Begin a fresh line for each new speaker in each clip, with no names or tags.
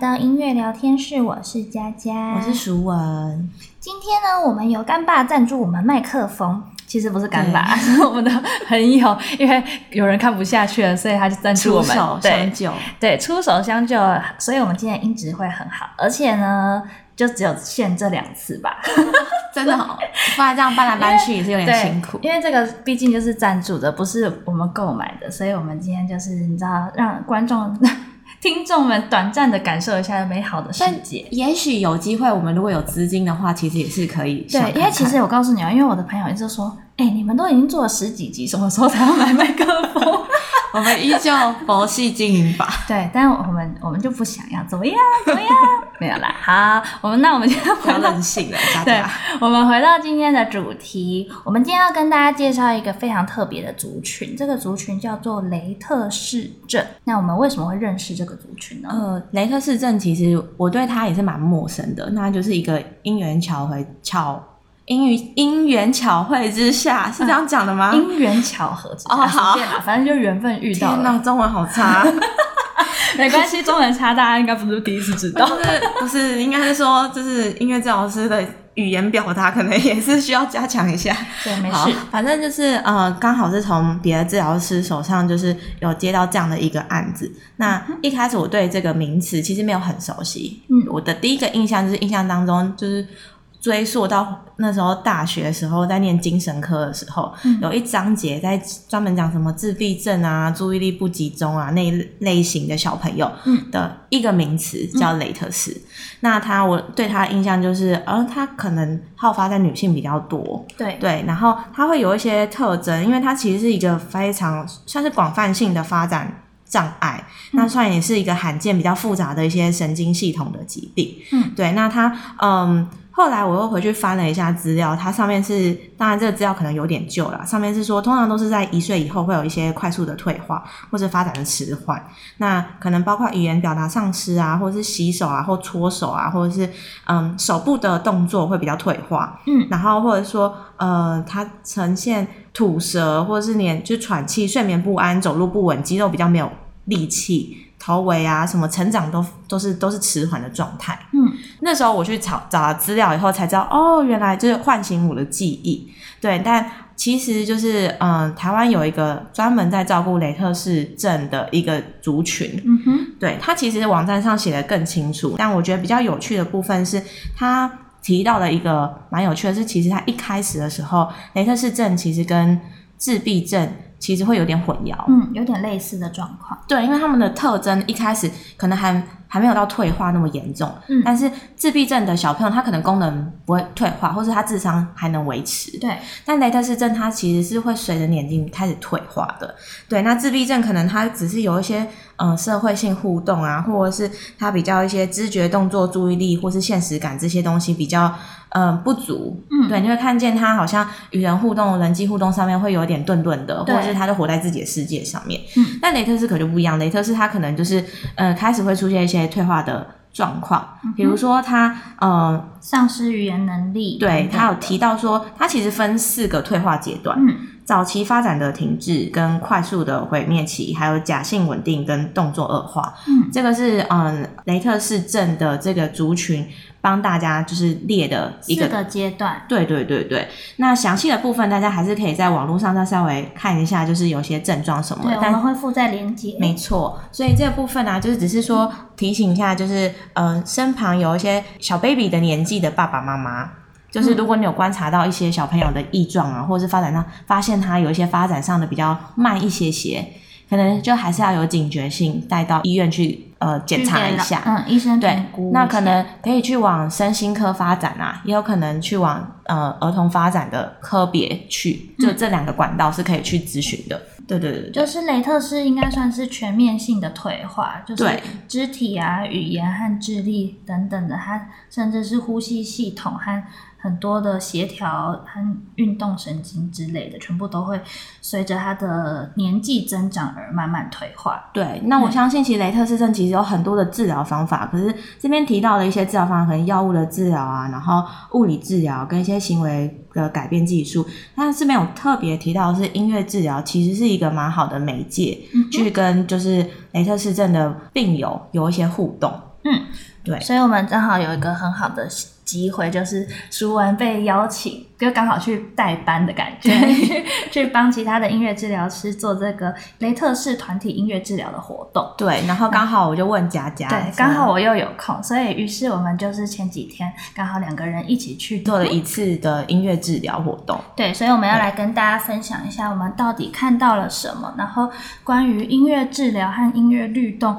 到音乐聊天室，我是佳佳，
我是熟文。
今天呢，我们有干爸赞助我们麦克风，其实不是干爸，是 我们的朋友，因为有人看不下去了，所以他就赞助我们。
手
对
相救，
对，出手相救，啊所以我们今天的音质会很好，而且呢，就只有限这两次吧。
真的好，不然这样搬来搬去也是有点辛苦。
因为这个毕竟就是赞助的，不是我们购买的，所以我们今天就是你知道，让观众、 听众们短暂的感受一下美好的世界。
也许有机会，我们如果有资金的话，其实也是可以想
对
看，看。
因为其实我告诉你啊，因为我的朋友一直说，哎、你们都已经做了十几集，什么时候才要买麦克风？
我们依旧佛系经营法。
对，但我们我们就不想要，怎么样？怎么样？ 没有啦，好，我们那我们就
不要任性啊了，大
对
家。，
我们回到今天的主题，我们今天要跟大家介绍一个非常特别的族群，这个族群叫做雷特氏症。那我们为什么会认识这个族群呢？
呃，雷克市政其实我对他也是蛮陌生的，那就是一个因缘巧合巧因缘因缘巧会之下，是这样讲的吗？
因缘巧合之下，
啊哦好
随便啦反正就缘分遇到
天哪，
了，
中文好
啊
差。
没关系，中文差大家应该不是第一次知 道。
就是不是应该是说，就是音乐治疗师的语言表达可能也是需要加强一下。
对，没
好
事。，
反正就是呃，刚好是从别的治疗师手上就是有接到这样的一个案子。那一开始我对这个名词其实没有很熟悉，
嗯
我的第一个印象就是印象当中就是追溯到那时候大学时候在念精神科的时候，
嗯
有一章节在专门讲什么自闭症啊、注意力不集中啊那一类型的小朋友
嗯
的一个名词叫雷特氏。那他我对他的印象就是，呃，他可能好发在女性比较多，
对，
对，然后它会有一些特征，因为它其实是一个非常算是广泛性的发展障碍，那算也是一个罕见比较复杂的一些神经系统的疾病。
嗯，
对，那它嗯。后来我又回去翻了一下资料，它上面是，当然这个资料可能有点旧了，上面是说通常都是在一岁以后会有一些快速的退化或者发展的迟缓，那可能包括语言表达丧失啊，或者是洗手啊或搓手啊，或者是嗯手部的动作会比较退化，然后或者说呃，它呈现吐舌，或者是连就喘气、睡眠不安、走路不稳、肌肉比较没有力气、头围啊什么成长都都是都是迟缓的状态。
嗯，
那时候我去找找了资料以后才知道，哦，原来就是唤醒我的记忆。对，但其实就是嗯、呃台湾有一个专门在照顾雷特氏症的一个族群，
嗯哼，
对他其实网站上写的更清楚，但我觉得比较有趣的部分是他提到了一个蛮有趣的是，其实他一开始的时候，雷特氏症其实跟自闭症其实会有点混淆，
嗯，有点类似的状况。
对，因为他们的特征一开始可能还还没有到退化那么严重，
嗯
但是自闭症的小朋友他可能功能不会退化，或是他智商还能维持，
对，
但雷特氏症它其实是会随着年龄开始退化的。对，那自闭症可能它只是有一些呃社会性互动啊，或者是它比较一些知觉、动作、注意力或是现实感这些东西比较嗯、呃不足。
嗯
对，你会看见他好像与人互动、人际互动上面会有点顿顿的，或
对
者是他就活在自己的世界上面。
嗯
但雷特氏可就不一样，雷特氏他可能就是呃开始会出现一些退化的状况，
嗯
比如说他呃
丧失语言能力。
对他
等
有
等的
提到说，它其实分四个退化阶段：
嗯
早期发展的停滞、跟快速的毁灭期，还有假性稳定跟动作恶化。
嗯
这个是嗯雷特氏症的这个族群帮大家就是列的一
四
个。
个阶段。
对对对对，那详细的部分大家还是可以在网络上再稍微看一下，就是有些症状什么
对，
的。
我
但
们会附在连接。
没错，所以这部分啊，就是只是说提醒一下，就是嗯、呃身旁有一些小 baby 的年纪的爸爸妈妈，
嗯
就是如果你有观察到一些小朋友的异状啊，或者是发展上发现他有一些发展上的比较慢一些些，可能就还是要有警觉性，带到医院去呃检查一下。
嗯，医生
对
评估，
那
一
可
下
能可以去往身心科发展啊，也有可能去往呃儿童发展的科别去，
嗯
就这两个管道是可以去咨询的。对对对对对。
就是雷特氏应该算是全面性的退化，就是
对
肢体啊、语言和智力等等的，它甚至是呼吸系统和很多的协调和运动神经之类的，全部都会随着他的年纪增长而慢慢退化。
对，那我
嗯
相信其实雷特氏症其实有很多的治疗方法，可是这边提到的一些治疗方法，可能药物的治疗啊，然后物理治疗跟一些行为的改变技术。那这边有特别提到的是音乐治疗，其实是一个蛮好的媒介，
嗯哼
去跟就是雷特氏症的病友有一些互动。
嗯，
对，
所以我们正好有一个很好的机会，就是舒完被邀请，就刚好去代班的感觉，去 去帮其他的音乐治疗师做这个雷特式团体音乐治疗的活动。
对，然后刚好我就问佳佳，
对，刚好我又有空，所以于是我们就是前几天刚好两个人一起去
做了一次的音乐治疗活动。
对，所以我们要来跟大家分享一下我们到底看到了什么，然后关于音乐治疗和音乐律动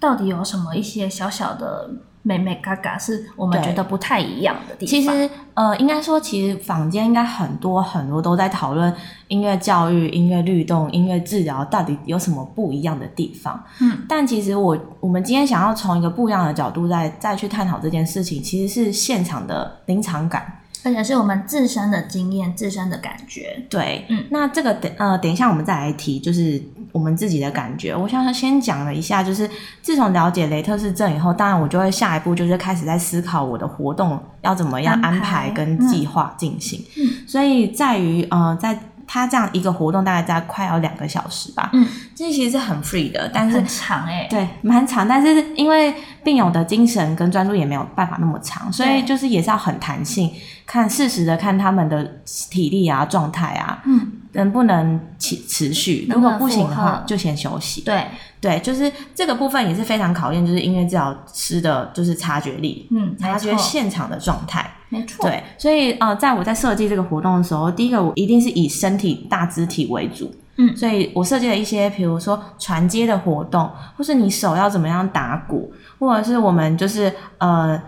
到底有什么一些小小的美美嘎嘎是我们
对
觉得不太一样的地方。
其实，呃，应该说，其实坊间应该很多很多都在讨论音乐教育、音乐律动、音乐治疗到底有什么不一样的地方。
嗯，
但其实我我们今天想要从一个不一样的角度再再去探讨这件事情，其实是现场的临场感。
而且是我们自身的经验、自身的感觉。
对，
嗯
那这个等呃，等一下我们再来提，就是我们自己的感觉。我想先讲了一下，就是自从了解雷特氏症以后，当然我就会下一步就是开始在思考我的活动要怎么样
安
安
排
排跟
嗯
计划进行。
嗯
所以在于呃，在他这样一个活动大概在快要两个小时吧，
嗯，
这其实是很 free 的，但是
很长哎、
对蛮长，但是因为病友的精神跟专注也没有办法那么长，所以就是也是要很弹性，看适时的看他们的体力啊、状态啊，
嗯，
能不能持持续，
能不
如果
能
不行的
负荷
话就先休息。
对，
对，就是这个部分也是非常考验，就是音乐治疗师的就是察觉力，
嗯，没
察觉
错，
现场的状态。
没错，
对，所以呃，在我在设计这个活动的时候，第一个我一定是以身体大肢体为主，
嗯
所以我设计了一些，比如说传接的活动，或是你手要怎么样打鼓，或者是我们就是呃，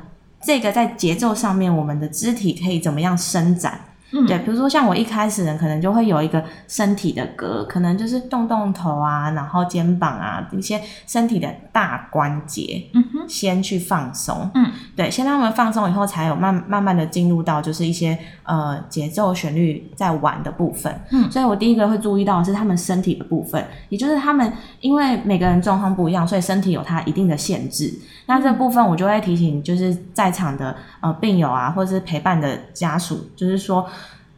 这个在节奏上面，我们的肢体可以怎么样伸展。
嗯，
对，比如说像我一开始呢，可能就会有一个身体的格，可能就是动动头啊，然后肩膀啊一些身体的大关节，
嗯哼，
先去放松，
嗯，
对，先让他们放松以后，才有慢慢慢的进入到就是一些呃节奏旋律在玩的部分，
嗯
所以我第一个会注意到的是他们身体的部分，也就是他们因为每个人状况不一样，所以身体有它一定的限制。那这部分我就会提醒，就是在场的呃病友啊，或者是陪伴的家属，就是说，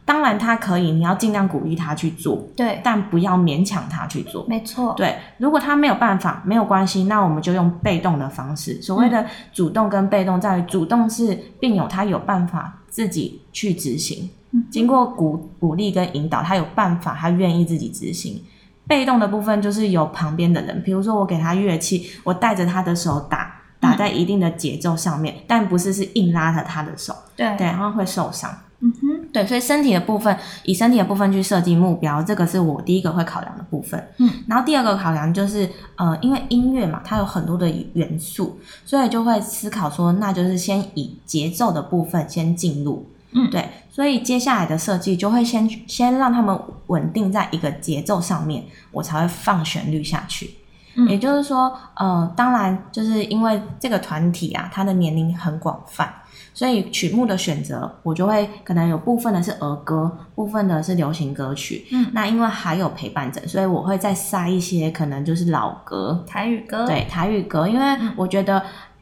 当然他可以，你要尽量鼓励他去做，
对，
但不要勉强他去做。
没错，
对，如果他没有办法，没有关系，那我们就用被动的方式。所
嗯
谓的主动跟被动，在于主动是病友他有办法自己去执行
嗯，
经过鼓鼓励跟引导，他有办法，他愿意自己执行。被动的部分就是由旁边的人，比如说我给他乐器，我带着他的手打，
嗯
打在一定的节奏上面，但不是是硬拉着他的手，
对，
对，然后会受伤。
嗯哼，
对，所以身体的部分，以身体的部分去设计目标，这个是我第一个会考量的部分。
嗯，
然后第二个考量就是，呃，因为音乐嘛，它有很多的元素，所以就会思考说，那就是先以节奏的部分先进入。
嗯
对，所以接下来的设计就会先先让他们稳定在一个节奏上面，我才会放旋律下去。
嗯
也就是说，呃，当然就是因为这个团体啊，它的年龄很广泛，所以曲目的选择，我就会可能有部分的是儿歌，部分的是流行歌曲。
嗯，
那因为还有陪伴者，所以我会再塞一些可能就是老歌，
台语歌，
对台语歌，因为
嗯
我觉得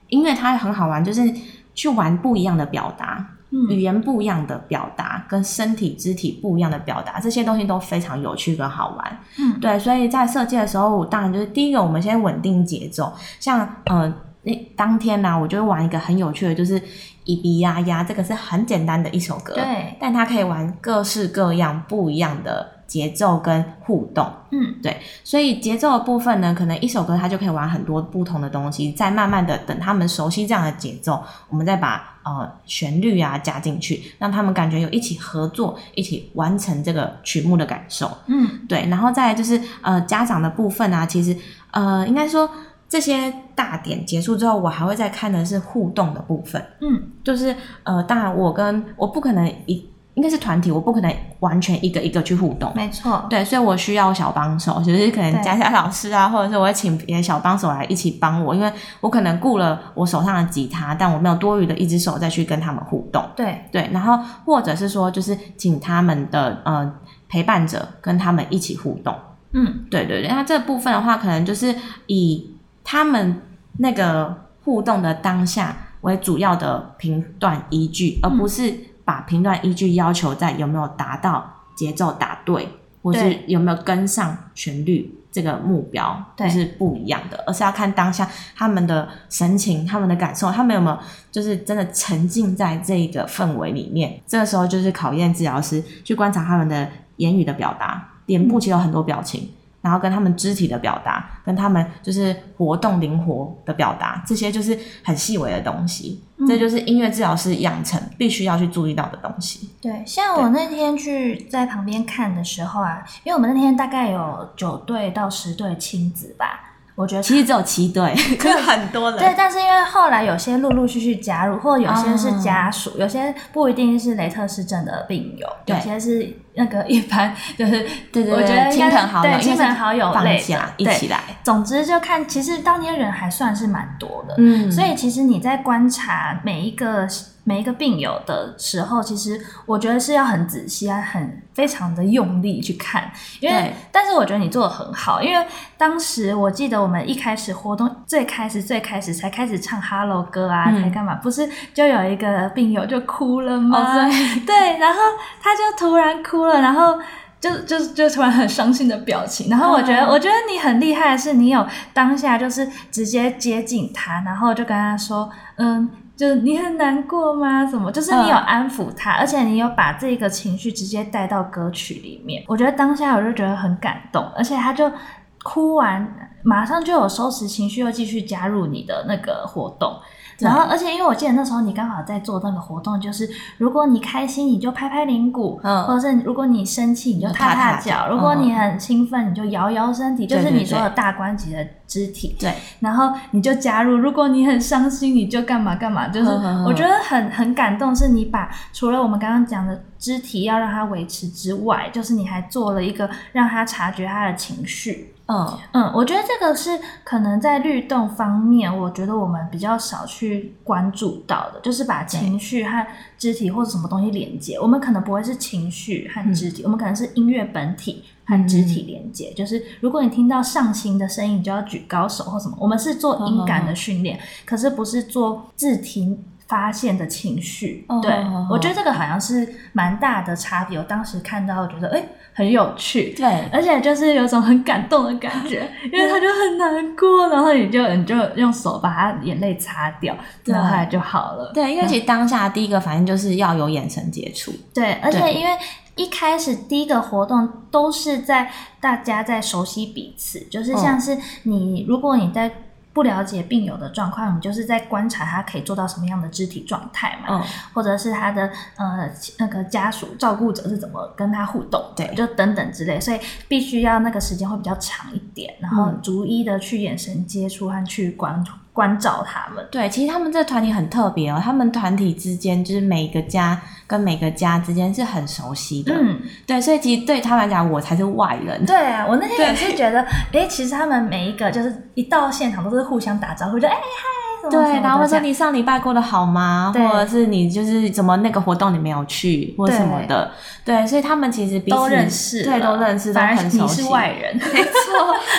音乐它很好玩，就是去玩不一样的表达，语
嗯，
言不一样的表达，跟身体肢体不一样的表达，这些东西都非常有趣跟好玩。
嗯，
对，所以在设计的时候，我当然就是第一个，我们先稳定节奏。像呃，那当天啊呢、我就会玩一个很有趣的，就是一比呀呀，这个是很简单的一首歌，
对，
但它可以玩各式各样不一样的节奏跟互动。
嗯，
所以节奏的部分呢，可能一首歌它就可以玩很多不同的东西，再慢慢的等他们熟悉这样的节奏，我们再把呃旋律啊加进去，让他们感觉有一起合作，一起完成这个曲目的感受。
嗯，
对，然后再来就是呃家长的部分啊，其实呃应该说这些大点结束之后，我还会再看的是互动的部分，
嗯，
就是呃当然我跟我不可能一应该是团体，我不可能完全一个一个去互动。
没错，
对，所以我需要小帮手，就是可
对
能佳佳老师啊，或者是我会请别的小帮手来一起帮我，因为我可能顾了我手上的吉他，但我没有多余的一只手再去跟他们互动。
对，
对，然后或者是说，就是请他们的呃陪伴者跟他们一起互动。
嗯，
对对对，那这部分的话，可能就是以他们那个互动的当下为主要的评断依据，而不是把评断依据要求在有没有达到节奏打对，或是
对
有没有跟上旋律这个目标
对
是不一样的，而是要看当下他们的神情、他们的感受，他们有没有就是真的沉浸在这个氛围里面。这个时候就是考验治疗师去观察他们的言语的表达，脸部其实有很多表情。然后跟他们肢体的表达，跟他们就是活动灵活的表达，这些就是很细微的东西。
嗯
这就是音乐治疗师养成必须要去注意到的东西。
对，像我那天去在旁边看的时候啊，因为我们那天大概有九对到十对亲子吧，我觉得
其实只有七 对，可是很多人
对，但是因为后来有些陆陆续续加入，或有些
哦
是家属，有些不一定是雷特氏症的病友，
对
有些是那个一般 就是
对对对，
我觉得应该是
亲朋好友，
对亲朋好友
放
类
假
的
一
对
起来，
哎总之就看，其实当天人还算是蛮多的，
嗯
所以其实你在观察每一个每一个病友的时候，其实我觉得是要很仔细啊，很非常的用力去看，因为
对
但是我觉得你做的很好，因为当时我记得我们一开始活动最开始最开始才开始唱 Hello 歌啊，
嗯
才干嘛？不是就有一个病友就哭了吗？
哦
对，然后他就突然哭了，然后就就就突然很伤心的表情。然后我觉得，
嗯
我觉得你很厉害的是，你有当下就是直接接近他，然后就跟他说，嗯。就是你很难过吗？怎么？就是你有
嗯
安抚他，而且你有把这个情绪直接带到歌曲里面。我觉得当下我就觉得很感动，而且他就哭完，马上就有收拾情绪，又继续加入你的那个活动。然后，而且因为我记得那时候你刚好在做那个活动，就是如果你开心，你就拍拍铃鼓，
嗯
或者是如果你生气，你就踏
踏
踏
踏
脚；
脚嗯
如果你很兴奋，你就摇摇身体，就是
对对
你说的
对
大关节的肢体。
对
然后你就加入，如果你很伤心，你就干嘛干嘛。就是
嗯嗯嗯
我觉得很很感动，是你把除了我们刚刚讲的肢体要让它维持之外，就是你还做了一个让他察觉他的情绪。
嗯
嗯，我觉得这个是可能在律动方面，我觉得我们比较少去关注到的，就是把情绪和肢体或者什么东西连接。我们可能不会是情绪和肢体，我们可能是音乐本体和肢体连接。就是如果你听到上行的声音，你就要举高手或什么。我们是做音感的训练，可是不是做字体发现的情绪。
哦
对
哦哦，
我觉得这个好像是蛮大的差别。我当时看到，我觉得哎、诶很有趣。
对
而且就是有种很感动的感觉，因为他就很难过，然后你就你就用手把他眼泪擦掉，
对
然后后来就好了。
对，因为其实当下第一个反应就是要有眼神接触，
对，而且
对
因为一开始第一个活动都是在大家在熟悉彼此，就是像是你，如果你在不了解病友的状况，你就是在观察他可以做到什么样的肢体状态嘛，
嗯，
或者是他的呃那个家属照顾者是怎么跟他互动的，
对
就等等之类，所以必须要那个时间会比较长一点，然后
嗯
逐一的去眼神接触和去关关照他们。
对，其实他们这个团体很特别哦，他们团体之间就是每个家跟每个家之间是很熟悉的，
嗯，
对，所以其实对他们来讲，我才是外人，
对啊，我那天也
对
是觉得，哎、其实他们每一个就是一到现场都是互相打招呼，就哎、嗨，什么什么
对，然后
的
会
这
说
样
你上礼拜过得好吗？
对
或者是你就是怎么那个活动你没有去，或什么的。对，所以他们其实彼此
都认识了，
对，都认识，都
反而
很熟悉。
你是外人，
没错。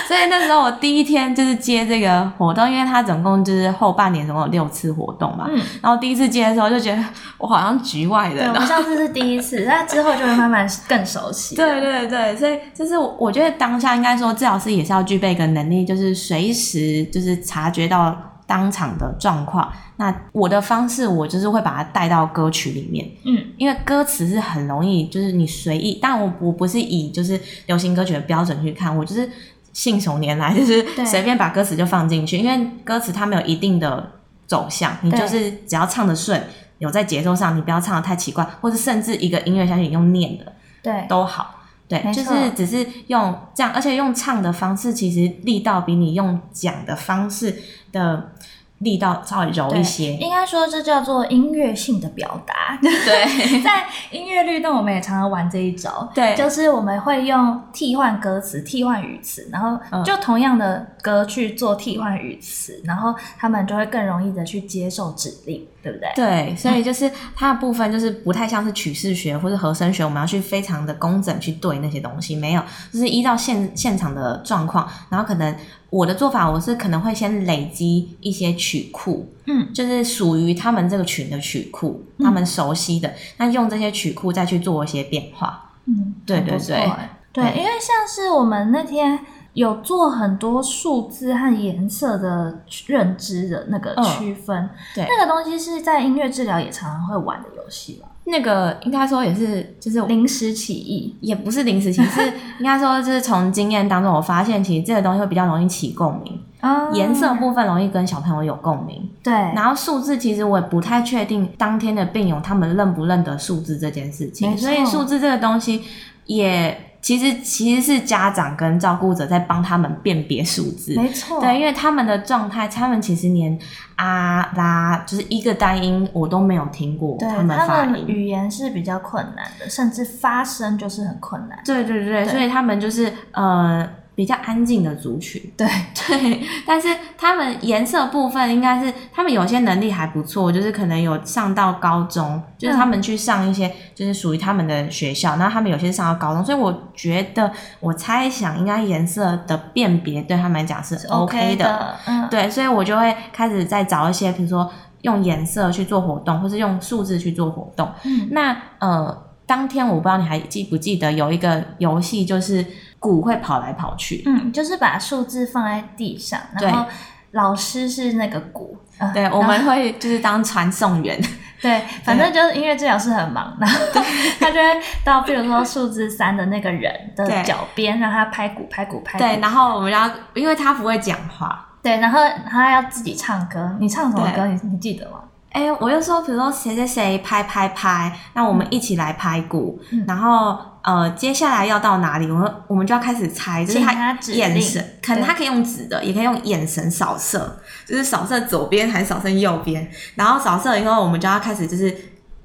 所以那时候我第一天就是接这个活动，因为他总共就是后半年总共有六次活动嘛。
嗯。
然后第一次接的时候就觉得我好像局外
对，
人
我
哦
们。上次是第一次，那之后就会慢慢更熟悉。
对对对，所以就是我我觉得当下应该说，治疗师也是要具备一个能力，就是随时就是察觉到当场的状况。那我的方式，我就是会把它带到歌曲里面，
嗯，
因为歌词是很容易，就是你随意，但我我不是以就是流行歌曲的标准去看，我就是信手拈来，就是
对
随便把歌词就放进去，因为歌词它没有一定的走向，你
对
就是只要唱得顺，有在节奏上，你不要唱得太奇怪，或者甚至一个音乐下去你用念的，
对，
都好。对
没，
就
错
是只是用这样，而且用唱的方式，其实力道比你用讲的方式的力道稍微柔 一些。
应该说这叫做音乐性的表达。
对
在音乐律动，我们也常常玩这一招。
对
就是我们会用替换歌词、替换语词，然后
嗯
就同样的歌去做替换语词，然后他们就会更容易的去接受指令，对不对？
对，所以就是它的部分就是不太像是曲式学或是和声学，我们要去非常的工整去对那些东西，没有，就是依照现现场的状况，然后可能我的做法我是可能会先累积一些曲库，
嗯，
就是属于他们这个群的曲库，
嗯
他们熟悉的，那用这些曲库再去做一些变化。
嗯，
对
很不
对
错
对
欸对，
对
因为像是我们那天。有做很多数字和颜色的认知的那个
嗯
区分，
对
那个东西是在音乐治疗也常常会玩的游戏了。
那个应该说也是，就是
临时起意，
也不是临时性，是应该说就是从经验当中，我发现其实这个东西会比较容易起共鸣，
啊
颜色部分容易跟小朋友有共鸣，
对，
然后数字其实我也不太确定当天的病友他们认不认得数字这件事
没
情，
错
所以数字这个东西也其实其实是家长跟照顾者在帮他们辨别数字，
没错，
对，因为他们的状态，他们其实连啊啦就是一个单音我都没有听过
对
他们发音，
语言是比较困难的，甚至发声就是很困难。
对对对，所以他们就是呃比较安静的族群。
对，
对，但是他们颜色部分应该是他们有些能力还不错，就是可能有上到高中，就是他们去上一些就是属于他们的学校，然后他们有些上到高中，所以我觉得我猜想应该颜色的辨别对他们来讲是 OK 的。
的，嗯，
对，所以我就会开始再找一些，比如说用颜色去做活动，或是用数字去做活动。
嗯
那呃，当天我不知道你还记不记得有一个游戏，就是鼓会跑来跑去。
嗯，就是把数字放在地上，
对
然后老师是那个鼓，呃
对，我 们会就是当传送员，
对，反正就是音乐治疗师很忙，然后他就会到，比如说数字三的那个人
对
的脚边，让他拍鼓拍鼓拍鼓，
对，然后我们要，因为他不会讲话，
对然后他要自己唱歌，你唱什么
对
歌？你你记得吗？
哎、我就说，比如说谁谁谁拍拍拍，那我们一起来拍鼓，
嗯
然后呃，接下来要到哪里，我们我们就要开始猜，就是
请
他
他指
眼
令
神，可能
对
他可以用指的，也可以用眼神扫射，就是扫射左边还是扫射右边，然后扫射以后，我们就要开始就是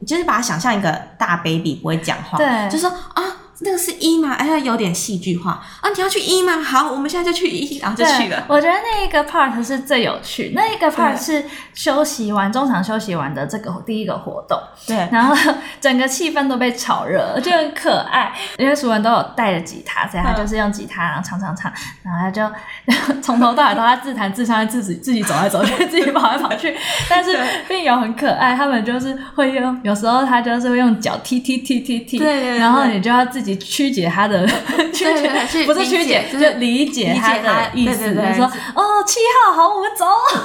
就是把它想象一个大 baby 不会讲话，
对
就说啊。那个是一吗？哎呀，有点戏剧化啊！你要去一吗？好，我们现在就去一，然后就
对，
去了。
我觉得那一个 part 是最有趣，那一个 part 是休息完中场休息完的这个第一个活动，
对，
然后 整个气氛都被炒热了，就很可爱。因为熟人都有带着吉他，所以他
嗯
就是用吉他然后唱唱唱，然后他就从头到尾都他自弹自唱，自己自己走来走去，自己跑来跑去。但是
对
病友很可爱，他们就是会用，有时候他就是会用脚踢踢踢踢踢，
对对对
然后你就要自己曲解他的曲
对对去
解，不是曲解
理解，
就
就是
是理解他
理解他
的意
对
思，
对对
就说哦七号好，我们走。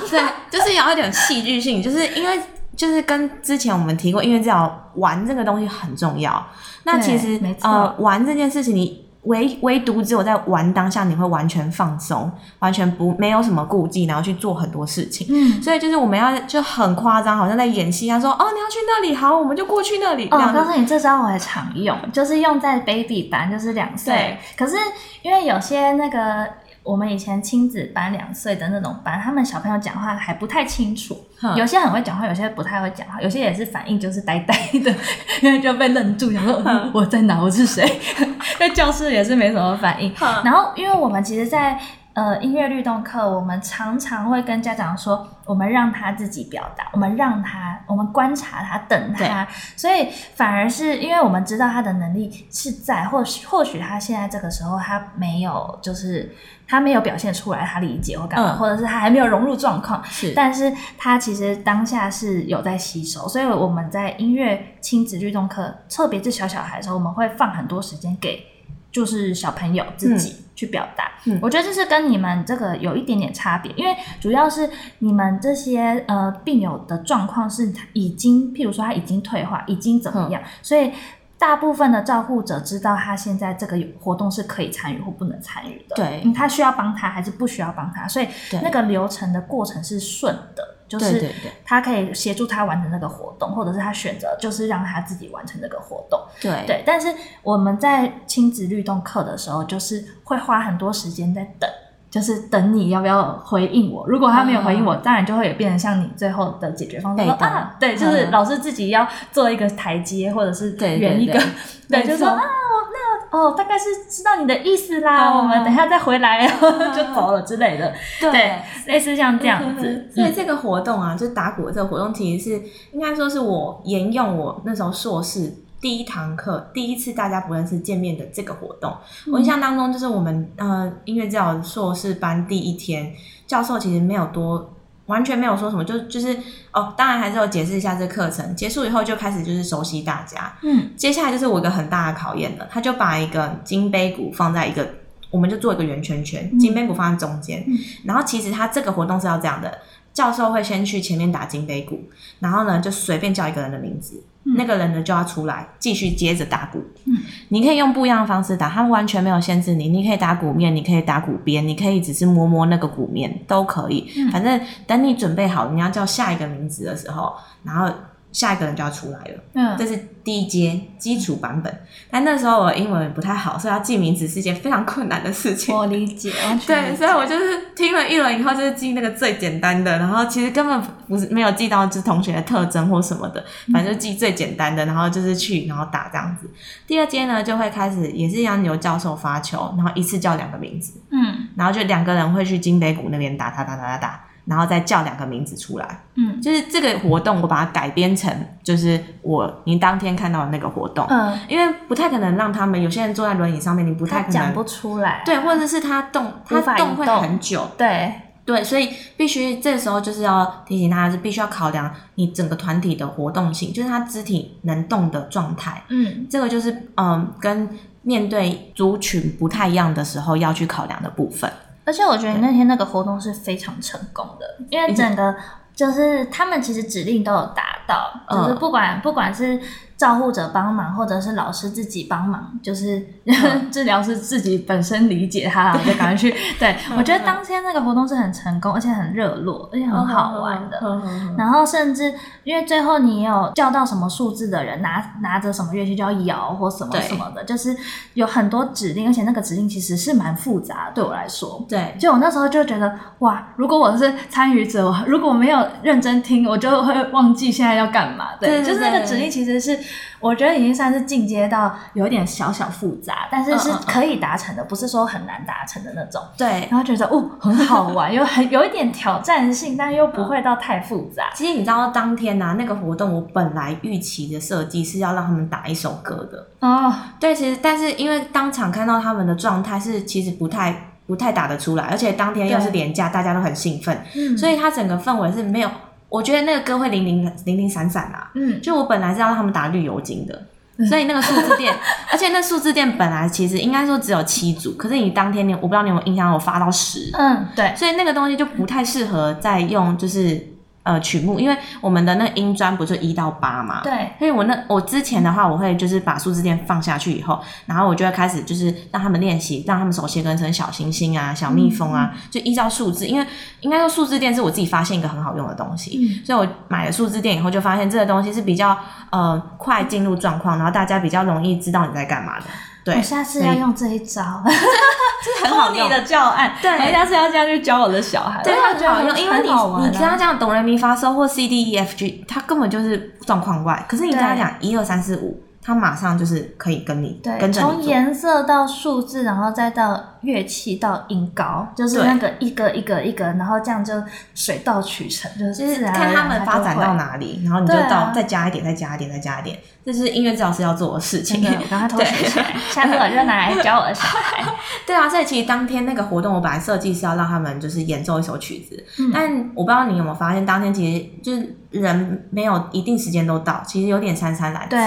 对，就是有一点戏剧性，就是因为就是跟之前我们提过，因为治疗玩这个东西很重要。那其实
对没错
呃，玩这件事情你。唯唯独只有在玩当下，你会完全放松，完全不没有什么顾忌，然后去做很多事情。
嗯，
所以就是我们要就很夸张，好像在演戏一样，说哦你要去那里，好我们就过去那里。
哦，
这样
我
子
告诉你，这招我还常用，就是用在 baby 班，就是两岁。可是因为有些那个我们以前亲子班两岁的那种班，他们小朋友讲话还不太清楚，
哼
有些很会讲话，有些不太会讲话，有些也是反应就是呆呆的，因为就被愣住，想说、嗯、我在哪，我是谁， 在教室也是没什么反应。
哼
然后，因为我们其实在，呃音乐律动课，我们常常会跟家长说，我们让他自己表达，我们让他，我们观察他，等他。所以反而是因为我们知道他的能力是在，或许或许他现在这个时候他没有，就是他没有表现出来，他理解或干嘛，
嗯
或者是他还没有融入状况，
是
但是他其实当下是有在吸收，所以我们在音乐亲子律动课，特别是小小孩的时候，我们会放很多时间给就是小朋友自己去表达。
嗯
我觉得这是跟你们这个有一点点差别，因为主要是你们这些呃病友的状况是已经，譬如说他已经退化，已经怎
嗯
么样，所以。大部分的照护者知道他现在这个活动是可以参与或不能参与的，
对
嗯他需要帮他还是不需要帮他，所以
对
那个流程的过程是顺的，就
对对
是
对
他可以协助他完成那个活动，或者是他选择就是让他自己完成那个活动。
对
对，但是我们在亲子律动课的时候，就是会花很多时间在等。就是等你要不要回应我，如果他没有回应我，当然就会也变成像你最后的解决方式
嗯被
说
动
啊，对，就是
嗯
老师自己要做一个台阶，或者是
对对
圆一个，
对
对，
没
就说
错
啊，我那哦，大概是知道你的意思啦，
嗯
我们等一下再回来，然后 就走了之类的。对，类似像这样子。
嗯
嗯
所以这个活动啊，就是打鼓的这个活动，其实是应该说是我沿用我那时候硕士第一堂课第一次大家不认识见面的这个活动。
嗯
我印象当中，就是我们呃音乐教硕士班第一天，教授其实没有多。完全没有说什么，就就是哦，当然还是有解释一下这课程。结束以后就开始就是熟悉大家，
嗯
接下来就是我一个很大的考验了。他就把一个金杯鼓放在一个我们就做一个圆圈圈，
嗯
金杯骨放在中间。
嗯
然后其实它这个活动是要这样的，教授会先去前面打金杯鼓，然后呢就随便叫一个人的名字，
嗯
那个人呢就要出来继续接着打鼓。
嗯，
你可以用不一样的方式打，他们完全没有限制你，你可以打鼓面，你可以打鼓边，你可以只是摸摸那个鼓面都可以。
嗯
反正等你准备好你要叫下一个名字的时候，然后下一个人就要出来了。
嗯
这是第一阶基础版本。但那时候我英文不太好，所以要记名字是一件非常困难的事情。
我理解，完全
对，
理解
所以我就是听了一轮以后，就是记那个最简单的，然后其实根本不是没有记到就是同学的特征或什么的，反正就记最简单的，然后就是去然后打这样子。第二阶呢，就会开始也是一样由教授发球，然后一次叫两个名字，
嗯
然后就两个人会去金北谷那边打打打打打打，然后再叫两个名字出来。
嗯
就是这个活动，我把它改编成就是我您当天看到的那个活动，
嗯，
因为不太可能让他们有些人坐在轮椅上面，你不太
他
可
讲
能
不出来，
对，或者是他动他
无法移
动会
动
很久，
对，
对，所以必须这时候就是要提醒他，是必须要考量你整个团体的活动性，就是他肢体能动的状态，
嗯
这个就是嗯跟面对族群不太一样的时候要去考量的部分。
而且我觉得那天那个活动是非常成功的，因为整个就是他们其实指令都有达到，
嗯
就是不管不管是照护者帮忙，或者是老师自己帮忙，就是
嗯
治疗师自己本身理解他，我就赶快 去。对我
嗯
觉得当天那个活动是很成功，而且很热络，而且很好玩
嗯
的。然后甚至因为最后你也有叫到什么数字的人拿拿着什么乐器就要摇或什么
对
什么的，就是有很多指令，而且那个指令其实是蛮复杂的，对我来说。
对，
就我那时候就觉得，哇，如果我是参与者，我如果没有认真听，我就会忘记现在要干嘛。对，
对对
就是那个
对
指令其实是，我觉得已经算是进阶到有一点小小复杂，但是是
嗯嗯嗯
可以达成的，不是说很难达成的那种。
对，
然后觉得哦，很好玩，又很有一点挑战性，但又不会到太复杂。
其实你知道，当天呐、那个活动，我本来预期的设计是要让他们打一首歌的。
哦，
对，其实但是因为当场看到他们的状态是，其实不太不太打得出来，而且当天又是连假，大家都很兴奋，
嗯
所以它整个氛围是没有。我觉得那个歌会零零零零散散啊，
嗯
就我本来是要让他们打绿油精的
嗯。
所以那个数字店，而且那数字店本来其实应该说只有七组，可是你当天你我不知道你有没有印象，我发到十，
嗯，对，
所以那个东西就不太适合再用，就是呃曲目，因为我们的那个音专不是一到八嘛。。
对，
所以我那我之前的话，我会就是把数字键放下去以后，然后我就会开始就是让他们练习，让他们手写跟成小星星啊、小蜜蜂啊，就依照数字，因为应该说数字键是我自己发现一个很好用的东西。
嗯
所以我买了数字店以后，就发现这个东西是比较呃快进入状况，然后大家比较容易知道你在干嘛的，对
我，下次要用这一 招，
这哦很好用。
教案，
对
我下次要这样去教我的小孩，
对，
我
它
觉得
好用，因为
很啊好玩
你
啊
你跟他这样哆来咪发嗦或 C D E F G，他根本就是状况外。可是你跟他
对
讲一二三四五，他马上就是可以跟你
对，
跟着
从
你做。
颜色到数字，然后再到乐器到音高，就是
对
那个一个一个一个，然后这样就水到渠成，就是
就
自
是
然而
看
然
他们
它
发
就
展
会
到。哪里，然后你就
对啊
到再加一点，再加一点，再加一点，这就是音乐治疗师要做的事
真
情
的。， 我赶快偷
对
学起来，下次我就拿来教我的小 孩。
对啊，所以其实当天那个活动，我本来设计是要让他们就是演奏一首曲子，
嗯
但我不知道你有没有发现，当天其实就是人没有一定时间都到，其实有点姗姗来迟。
对，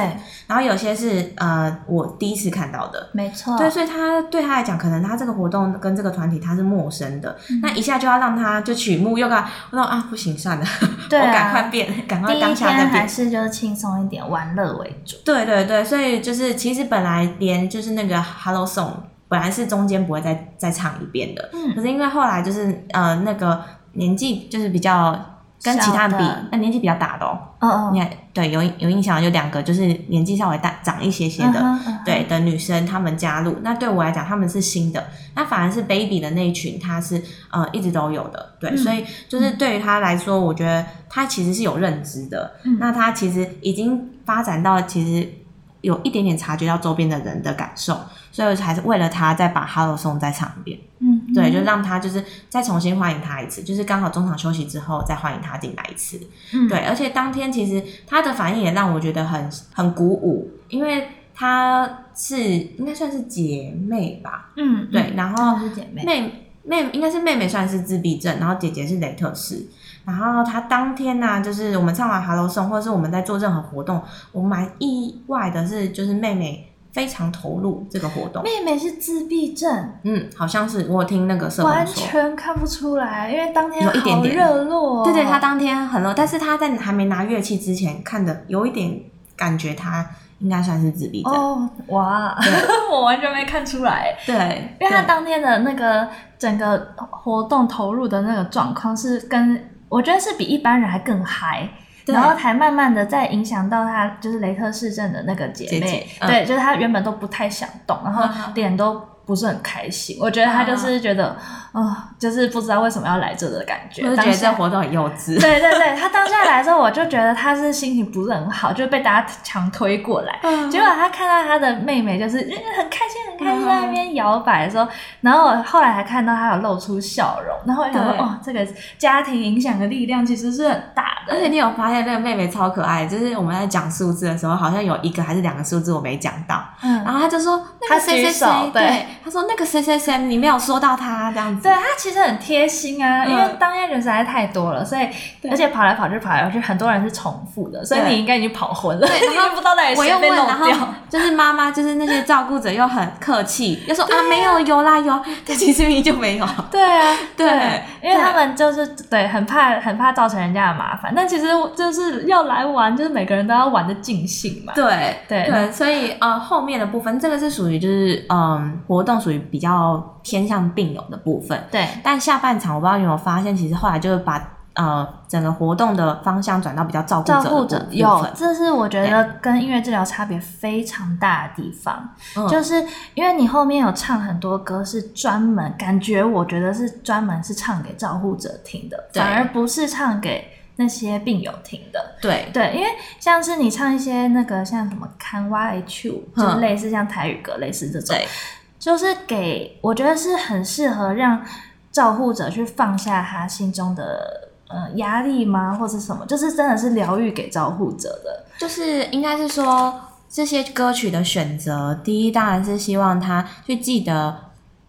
然后有些是呃我第一次看到的，
没错，
对，所以他对他来讲，可能他这个活动跟这个团体他是陌生的，
嗯
那一下就要让他就曲目又干，我说啊不行，算了，
对啊
我赶快变，赶快
第一
当下再
天还
变。
是就是轻松一点，玩乐为主。
对对对，所以就是其实本来连就是那个 Hello Song 本来是中间不会再再唱一遍的，
嗯
可是因为后来就是呃那个年纪就是比较跟其他人比
小的，
那年纪比较大的哦，
哦哦
你，看对有有印象有两个就是年纪稍微大长一些些的，
嗯哼嗯哼
对的女生，她们加入，那对我来讲，她们是新的，那反而是 baby 的那一群，她是呃一直都有的，对，
嗯
所以就是对于她来说，我觉得她其实是有认知的，
嗯
那她其实已经发展到其实有一点点察觉到周边的人的感受，所以我还是为了她再把 Hello Song 再唱一遍，
嗯，
对，
嗯
就让她就是再重新欢迎她一次，就是刚好中场休息之后再欢迎她进来一次，
嗯
对，而且当天其实他的反应也让我觉得很很鼓舞，因为她是应该算是姐妹吧，
嗯，
对，
嗯，
然
她
后
们是姐妹，
妹妹应该是妹妹算是自闭症，然后姐姐是雷特氏。然后她当天呢、就是我们唱完 Hello Song，或者是我们在做任何活动，我蛮意外的是，就是妹妹非常投入这个活动。
妹妹是自闭症，
嗯，好像是我有听那个社工
完
说，
全看不出来，因为当天
有一点
好
点
热络哦、
对对，他当天很 low，但是他在还没拿乐器之前看的有一点感觉，他应该算是自闭症。
哦哇， 我完全没看出来，
对，
因为他
对
当天的那个整个活动投入的那个状况是跟我觉得是比一般人还更嗨。
对
然后才慢慢的再影响到他，就是雷特氏症的那个姐妹，
姐姐嗯
对，就是她原本都不太想动，然后
嗯
脸都不是很开心。我觉得她就是觉得，啊、就是不知道为什么要来这的感觉。
嗯我就觉
当
得
下
这活动很幼稚。
对对对，他当下来之后，我就觉得他是心情不是很好，就被大家强推过来。
嗯
结果他看到他的妹妹就是、嗯、很开心，很开心在那边摇摆的时候，然后我后来还看到他有露出笑容，然后我想说，
对
哇，这个家庭影响的力量其实是很大
而
的。
且你有发现那个妹妹超可爱，就是我们在讲数字的时候，好像有一个还是两个数字我没讲到，
嗯
然后她就说那
她
个
举
谁谁
手
谁，
对
对，她说那个谁谁谁你没有说到她这样子，
对他其实很贴心啊，
嗯
因为当天人实在太多了，所以
对
而且跑来跑去跑来跑去，很多人是重复的，所以
对
你应该已经跑昏了，
对
你
然后
也不知道哪里
我又
谁被
问，
漏
然后
掉。
就是妈妈，就是那些照顾者又很客气，又说啊没有有啦有，但其实明明就没有。
对啊，
对
因为
对
他们就是对很怕很怕造成人家的麻烦，但其实就是要来玩，就是每个人都要玩的尽兴嘛。
对
对
对，所以呃后面的部分，这个是属于就是嗯活动属于比较偏向病友的部分，
对
但下半场我不知道你有没有发现，其实后来就是把呃整个活动的方向转到比较照顾
照
者的
顾
部
者
部
有
分，
这是我觉得跟音乐治疗差别非常大的地方，
嗯
就是因为你后面有唱很多歌是专门，感觉我觉得是专门是唱给照顾者听的，
对
反而不是唱给那些病友听的。
对
对，因为像是你唱一些那个像什么《看哇 H》，就是
嗯
类似像台语歌，类似这种，
对
就是给我觉得是很适合让照护者去放下他心中的呃压力吗，或是什么，就是真的是疗愈给照护者的。
就是应该是说这些歌曲的选择，第一当然是希望他去记得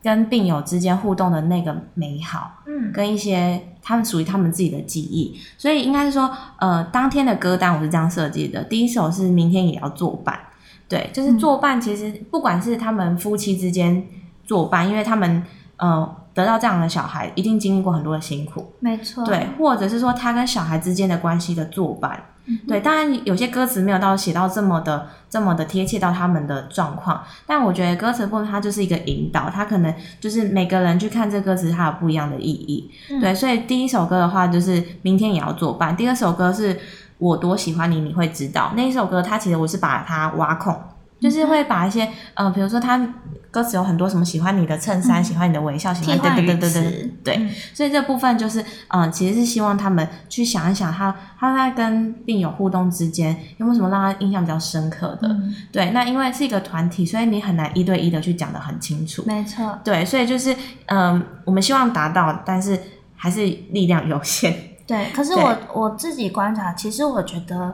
跟病友之间互动的那个美好，
嗯，
跟一些他们属于他们自己的记忆。所以应该是说，呃，当天的歌单我是这样设计的，第一首是明天也要作伴，对，就是
嗯
作伴。其实不管是他们夫妻之间作伴，因为他们呃得到这样的小孩，一定经历过很多的辛苦，
没错，
对，或者是说他跟小孩之间的关系的作伴。
嗯哼，
对，当然有些歌词没有到写到这么的这么的贴切到他们的状况，但我觉得歌词部分它就是一个引导，它可能就是每个人去看这歌词，它有不一样的意义。
嗯
对，所以第一首歌的话就是明天也要作伴，第二首歌是我多喜欢你，你会知道那一首歌，它其实我是把它挖空。
嗯
就是会把一些，呃，比如说它歌词有很多什么喜欢你的衬衫，喜欢你的微笑，喜
嗯替
欢
换
对
语
对对对对
词，
对，
嗯
所以这部分就是，嗯、其实是希望他们去想一想他，他在跟病友互动之间有没有什么让他印象比较深刻的。
嗯
对，那因为是一个团体，所以你很难一对一的去讲得很清楚。
没错，
对，所以就是，嗯、我们希望达到，但是还是力量有限。
对。可是
对
我我自己观察，其实我觉得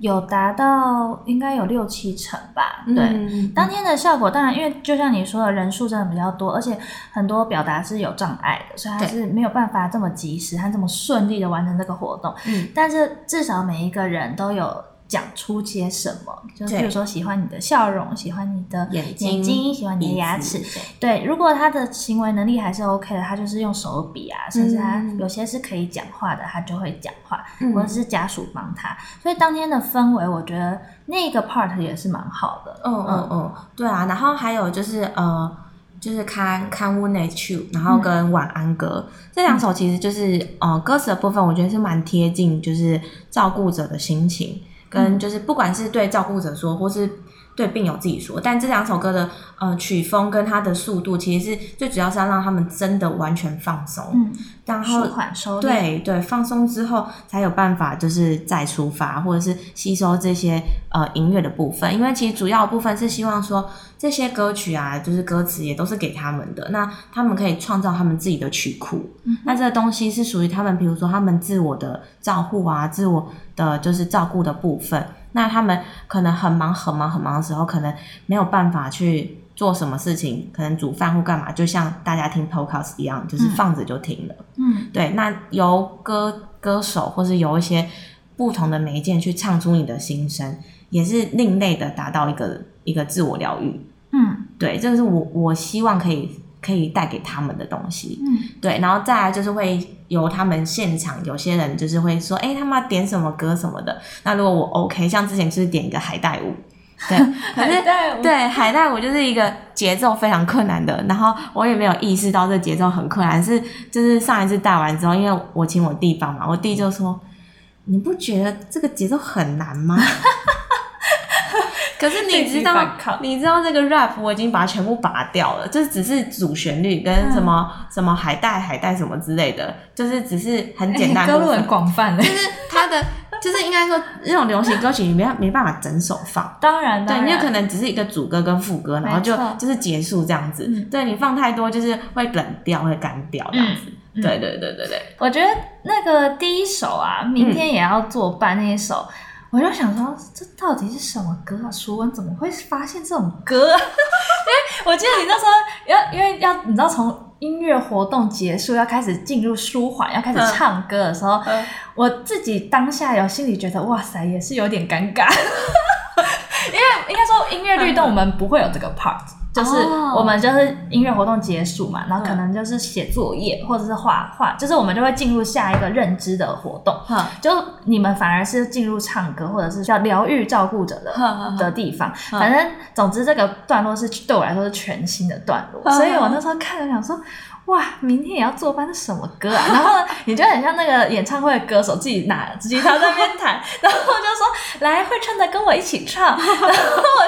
有达到应该有六七成吧，
嗯
对。
对
当天的效果，当然，因为就像你说的，人数真的比较多，而且很多表达是有障碍的，所以他
对
是没有办法这么及时和这么顺利的完成这个活动。
嗯，
但是至少每一个人都有讲出些什么，就是
对
比如说喜欢你的笑容，喜欢你的
眼睛
睛喜欢你的牙
鼻子
齿。对，如果他的行为能力还是 OK 的，他就是用手比啊，甚至他
嗯
有些是可以讲话的，他就会讲话，
嗯
或者是家属帮他。所以当天的氛围，我觉得那个 part 也是蛮好的。
嗯嗯嗯，对啊，然后还有就是呃，就是看看屋内去，然后跟晚安歌、这两首，其实就是呃歌词的部分，我觉得是蛮贴近就是照顾者的心情，跟
嗯
就是不管是对照顾者说，或是对病友自己说，但这两首歌的呃曲风跟它的速度，其实是最主要是要让他们真的完全放松，
嗯，
然后
舒缓收敛。，
哦对对，放松之后才有办法，就是再出发，或者是吸收这些呃音乐的部分。因为其实主要的部分是希望说这些歌曲啊，就是歌词也都是给他们的，那他们可以创造他们自己的曲库。
嗯
那这个东西是属于他们，比如说他们自我的照顾啊，自我的就是照顾的部分。那他们可能很忙很忙很忙的时候，可能没有办法去做什么事情，可能煮饭或干嘛，就像大家听 podcast 一样，就是
嗯
放着就停了。
嗯
对，那由歌歌手或是由一些不同的媒介去唱出你的心声，也是另类的达到一个一个自我疗愈。
嗯
对，这个是我我希望可以可以带给他们的东西。
嗯
对，然后再来就是会由他们现场，有些人就是会说，哎、他们要点什么歌什么的。那如果我 OK，像之前就是点一个海带舞，对，可是
带
对，海带舞就是一个节奏非常困难的，然后我也没有意识到这节奏很困难，是就是上一次带完之后，因为我请我弟帮忙，我弟就说：“
嗯
你不觉得这个节奏很难吗？” 可是你
自己
知道
反抗，
你知道这个 rap 我已经把它全部拔掉了，就是只是主旋律跟什
嗯
么、什么海带海带什么之类的，就是只是很简单
哎歌
部
路
分。
很广泛 的，
就是它的，就是应该说那种流行歌曲，你没没办法整首放。
当然
对，
当
你有
然
可能只是一个主歌跟副歌，然后就
没错
就是结束这样子。
嗯
对你放太多就是会冷掉，会干掉这样子。
嗯
对对对对对，
我觉得那个第一首啊，
嗯
明天也要作伴那一首，我就想说，这到底是什么歌啊？舒文怎么会发现这种歌、 啊？因为我记得你那时候要，因为要你知道从音乐活动结束要开始进入舒缓，要开始
嗯
唱歌的时候，
嗯
我自己当下有心里觉得，哇塞，也是有点尴尬。 因为应该说音乐律动，我们不会有这个 part，、就是
哦
我们就是音乐活动结束嘛，然后可能就是写作业或者是画画，就是我们就会进入下一个认知的活动。
哈
就你们反而是进入唱歌或者是需要疗愈照顾者的
呵呵呵
的地方，
嗯
反正总之这个段落是对我来说是全新的段落，
嗯
所以我那时候看了想说。哇，明天也要坐班，这什么歌啊？ 然后呢，你就很像那个演唱会的歌手，自己拿吉他在那边 弹，然后就说来会唱的跟我一起唱，然后我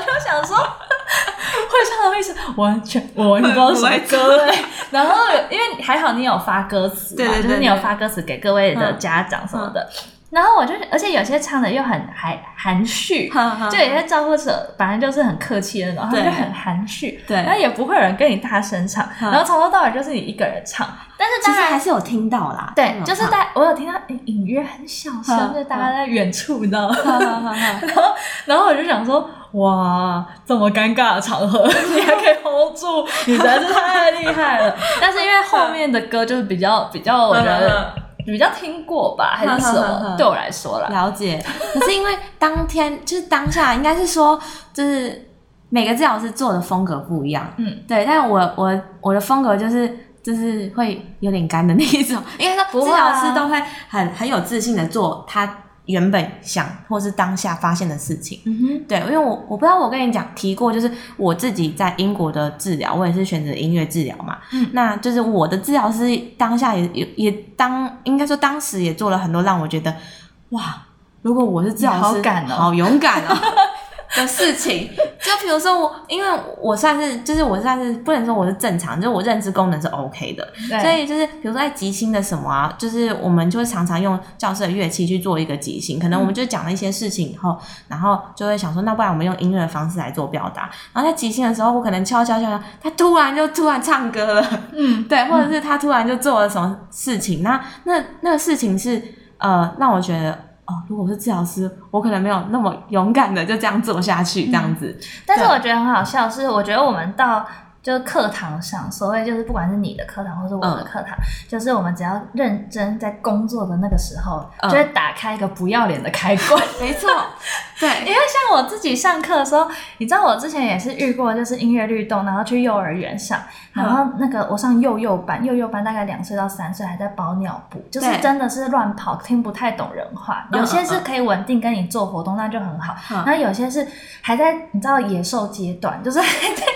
就想说 会唱的会是完全我完全不知道是什么歌哎、然后因为还好你有发歌词嘛，
对对对嗯
就是你有
对
发歌词给各位的家长什么的。然后我就，而且有些唱的又很含含蓄，
哈哈，
就有些照顾者反正就是很客气的那种，他
嗯对
们就很含蓄，
对
然后也不会有人跟你大声唱，
嗯
然后从头到尾就是你一个人唱，但是
其
当
实
然
还。是有听到啦。
对，就是
在。
在我有听到隐隐约很小声，
嗯
就大家在远处，你知道吗？
哈哈哈哈
然后，然后我就想说，哇，这么尴尬的场合， 你还可以 hold 住，你实在是太厉害 了。但是因为后面的歌就是比较比较，我觉得比较听过吧，还是什
嗯嗯嗯嗯
么，
嗯
对我来说啦，
了解，可是因为当天 就是当下，应该是说就是每个治疗师做的风格不一样，
嗯，
对，但我我我的风格就是就是会有点干的那一种， 因为
不
说治
会啊
疗师都会很很有自信的做他原本想或是当下发现的事情。
嗯哼，
对，因为我我不知道我跟你讲提过，就是我自己在英国的治疗，我也是选择音乐治疗嘛。
嗯
那就是我的治疗师当下也也也当应该说当时也做了很多让我觉得哇，如果我是治疗师，
你好敢哦
好勇敢 哦。的事情，就比如说我，因为我算是，就是我算是不能说我是正常，就是我认知功能是 OK 的，所
对，
以就是比如说在即兴的什么啊，就是我们就会常常用教室的乐器去做一个即兴，可能我们就讲了一些事情以后，然后就会想说，那不然我们用音乐的方式来做表达。然后在即兴的时候，我可能敲敲敲敲，他突然就突然唱歌了，
嗯，
对，或者是他突然就做了什么事情，那那那个事情是呃让我觉得哦，如果我是治疗师，我可能没有那么勇敢的就这样做下
嗯
去，这样子，
但是我觉得很好笑，是我觉得我们到。就是课堂上，所谓就是不管是你的课堂或是我的
嗯
课堂，就是我们只要认真在工作的那个时候，
嗯
就会打开一个不要脸的开关。
没错，对，
因为像我自己上课的时候，你知道我之前也是遇过，就是音乐律动，然后去幼儿园上，
嗯
然后那个我上幼幼班，幼幼班大概两岁到三岁还在包尿布，就是
对
真的是乱跑，听不太懂人话。
嗯
有些是可以稳定跟你做活动，那就很好。
嗯
那有些是还在你知道野兽阶段，就是还在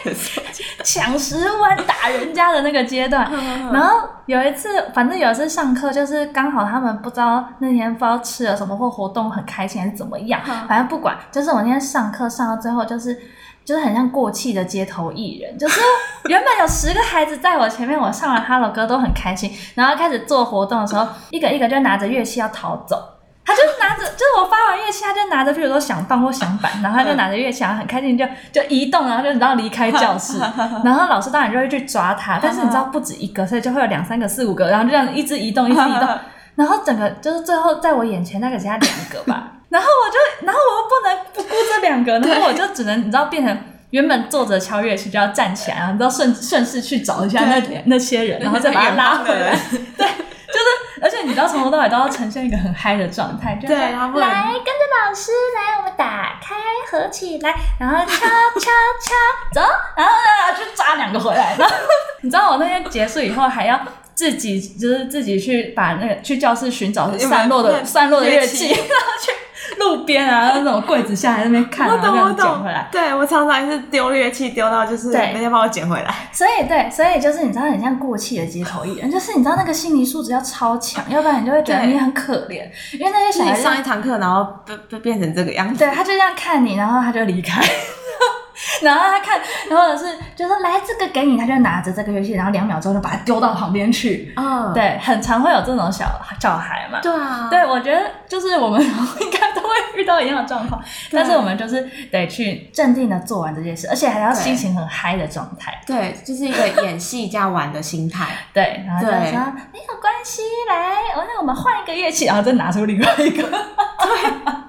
抢食物啊、打人家的那个阶段。
嗯
然后有一次，反正有一次上课，就是刚好他们不知道那天不知道吃了什么或活动很开心还是怎么样，
嗯
反正不管，就是我那天上课上到最后，就是就是很像过气的街头艺人， 就是原本有十个孩子在我前面，我上了 Hello 歌都很开心，然后开始做活动的时候，一个一个就拿着乐器要逃走。他就拿着，就是我发完乐器，他就拿着，比如说响棒或响板，然后他就拿着乐器，然后很开心就就移动，然后就然后离开教室，然后老师当然就会去抓他，但是你知道不止一个，所以就会有两三个、四五个，然后就这样一直移动，一直移 动，然后整个就是最后在我眼前大概只剩下两个吧， 然后我就，然后我又不能不顾这两个，然后我就只能你知道变成原本坐着敲乐器就要站起来，然后你知道顺顺势去找一下那那些人，然后再把他拉回来，
对
对，就是而且你知道从头到尾都要呈现一个很嗨的状态，就是
对他不能
来跟着老师来，我们打开合起来，然后敲敲敲，走，然后呢去抓两个回来。 然后你知道我那天结束以后还要。自己就是自己去把那个去教室寻找
有没有
散落
那
的散落的乐器，
乐
然后去路边啊那种柜子下来那边看，
我
然后
懂
这
我
样捡
懂
回来。，
对我常常也是丢乐器丢到就是
对
人家帮我捡回来，
所以对，所以就是你知道，很像过气的街头艺人，就是你知道那个心理素质要超强，要不然你就会觉得
对
你很可怜，因为那些
是
小
你
孩
上
就
一堂课然后被被变成这个样子，
对，他就这样看你，然后他就离开。 然后他看，然后是就说来这个给你，他就拿着这个乐器，然后两秒钟就把它丢到旁边去。
嗯，
对，很常会有这种小小孩嘛。
对啊，
对，我觉得就是我们应该都会遇到一样的状况，
对
但是我们就是得去镇定的做完这件事，而且还要心情很嗨的状态。
对，就是一个演戏加玩的心态，
对，然后就
对
说没有关系，来，哦，那我们换一个乐器，然后再拿出另外一个。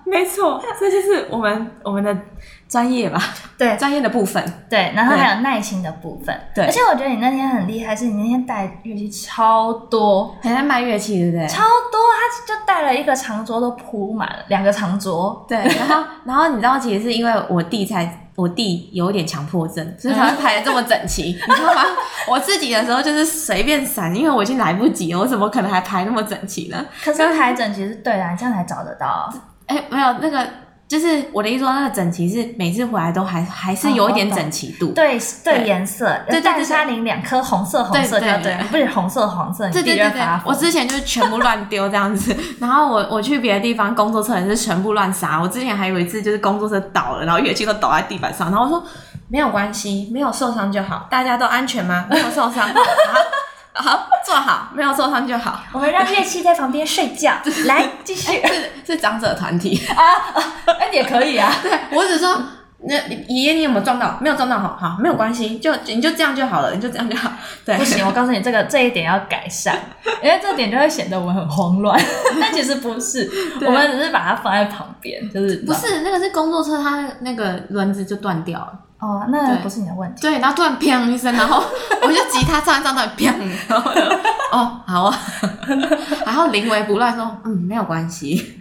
没错，这就是我们我们的专业吧，
对
专业的部分，
对，然后还有耐心的部分。
对
而且我觉得你那天很厉害，是你那天带乐器超多，
很像卖乐器，对不对？
超多，他就带了一个长桌都铺满了，两个长桌。
对，然后 然后你知道，其实是因为我弟才，我弟有一点强迫症，所以才会排的这么整齐，你知道吗？我自己的时候就是随便闪，因为我已经来不及了，我怎么可能还排那么整齐呢？
可是排整齐是对的啊，你这样才找得到。
哎，没有那个，就是我的意思说，那个整齐是每次回来都还还是有一点整齐度。
对对，
哦对
颜色，
对对
淡
对
沙林两颗红色红
对
色就
对
对了，不是红色黄色，你
对对
必
对
然
对
发，
我
疯。
之前就是全部乱丢这样子，然后我我去别的地方工作室也是全部乱撒。我之前还有一次就是工作室倒了，然后乐器都倒在地板上，然后我说没有关系，没有受伤就好，大家都安全吗？没有受伤，好好坐好，没有受伤就好。
我们让乐器在旁边睡觉，来继 续
是是长者团体，
哎，也可以啊。
我只说。那爷爷，你有没有撞到？没有撞到，好好，没有关系，就你就这样就好了，你就这样就好。对，
不行，我告诉你，这个这一点要改 善，因为这点就会显得我们很慌乱。但其实不是，
对
我们只是把它放在旁边，就是
不是那个是工作车，它那个轮子就断掉了。
哦，那
对
不是你的问题。
对，然后突然砰一声，然后我就吉他上一上突然砰，然后我就哦好啊， 然后临危不乱说嗯没有关系，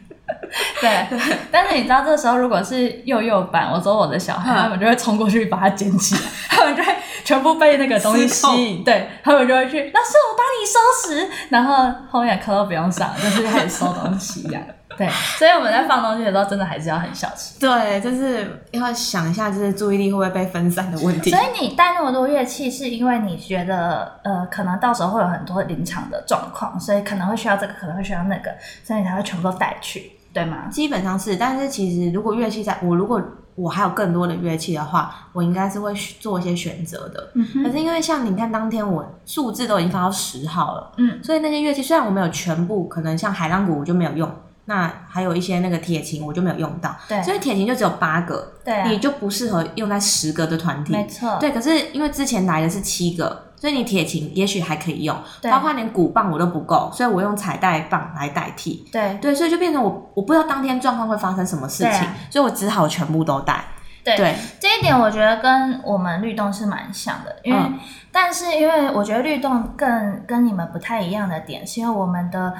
对，但是你知道，这时候如果是幼幼版，我走我的小孩，
嗯
他们就会冲过去把它捡起来， 他们就会全部被那个东西
失控
吸引，对他们就会去老师，我帮你收拾，然后后面的课都不用上，就是开始收东西一样。对，所以我们在放东西的时候，真的还是要很小心。
对，就是要想一下，就是注意力会不会被分散的问题
所。以你带那么多乐器，是因为你觉得呃，可能到时候会有很多临场的状况，所以可能会需要这个，可能会需要那个，所以你才会全部都带去，对吗？
基本上是，但是其实如果乐器在我如果我还有更多的乐器的话，我应该是会做一些选择的。
嗯
可是因为像你看，当天我数字都已经发到十号了，
嗯，
所以那些乐器虽然我没有全部，可能像海浪鼓我就没有用，那还有一些那个铁琴我就没有用到，
对
所以铁琴就只有八个，
对啊
你就不适合用在十个的团体
没，错，
对。可是因为之前来的是七个，所以你铁琴也许还可以用，
对
包括连鼓棒我都不够，所以我用彩带棒来代替。
对
对，所以就变成我我不知道当天状况会发生什么事
对
情，
啊
所以我只好全部都带。
对
对
这一点我觉得跟我们律动是蛮像的，因为、
嗯
但是因为我觉得律动更跟你们不太一样的点，是因为我们的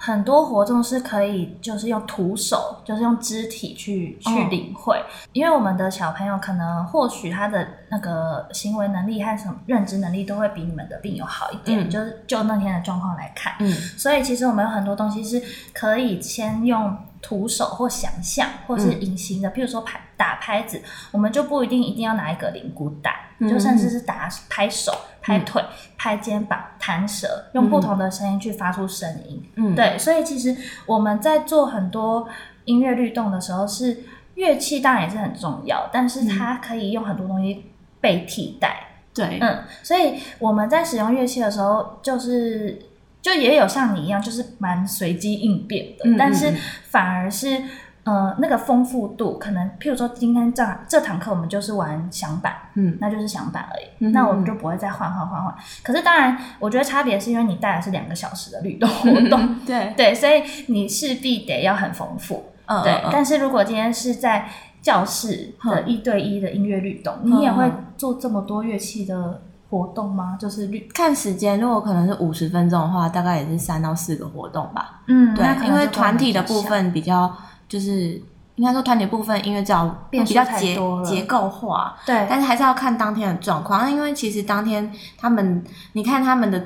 很多活动是可以就是用徒手，就是用肢体去去
嗯
领会，因为我们的小朋友可能或许他的那个行为能力和什么认知能力都会比你们的病友好一点，
嗯
就是就那天的状况来看，
嗯，
所以其实我们有很多东西是可以先用徒手或想象，或是
嗯
隐形的，譬如说拍打拍子，我们就不一定一定要拿一个灵骨打，
嗯
就甚至是打拍手、拍腿、拍肩膀、弹舌，用不同的声音去发出声音。
嗯，
对，所以其实我们在做很多音乐律动的时候是，乐器当然也是很重要，但
嗯
是它可以用很多东西被替代。
对，
嗯，所以我们在使用乐器的时候，就是就也有像你一样，就是蛮随机应变的，
嗯
但是
嗯嗯
反而是呃那个丰富度，可能譬如说今天这这堂课我们就是玩响板，
嗯
那就是响板而已，
嗯
那我们就不会再换换换换。可是当然，我觉得差别是因为你带的是两个小时的律
嗯
动活动，
对，
对，所以你势必得要很丰富。
嗯
对，
嗯
但是如果今天是在教室的
嗯
一对一的音乐律动，
嗯
你也会做这么多乐器的活动吗？就是绿，
看时间，如果可能是五十分钟的话，大概也是三到四个活动吧。
嗯那可能
对，因为
就跟我们
团体
比较
的部
像
分比较就是。应该说，团体部分音乐教
变
比
数
较
太
结
多了
结构化，
对，
但是还是要看当天的状况，因为其实当天他们，你看他们的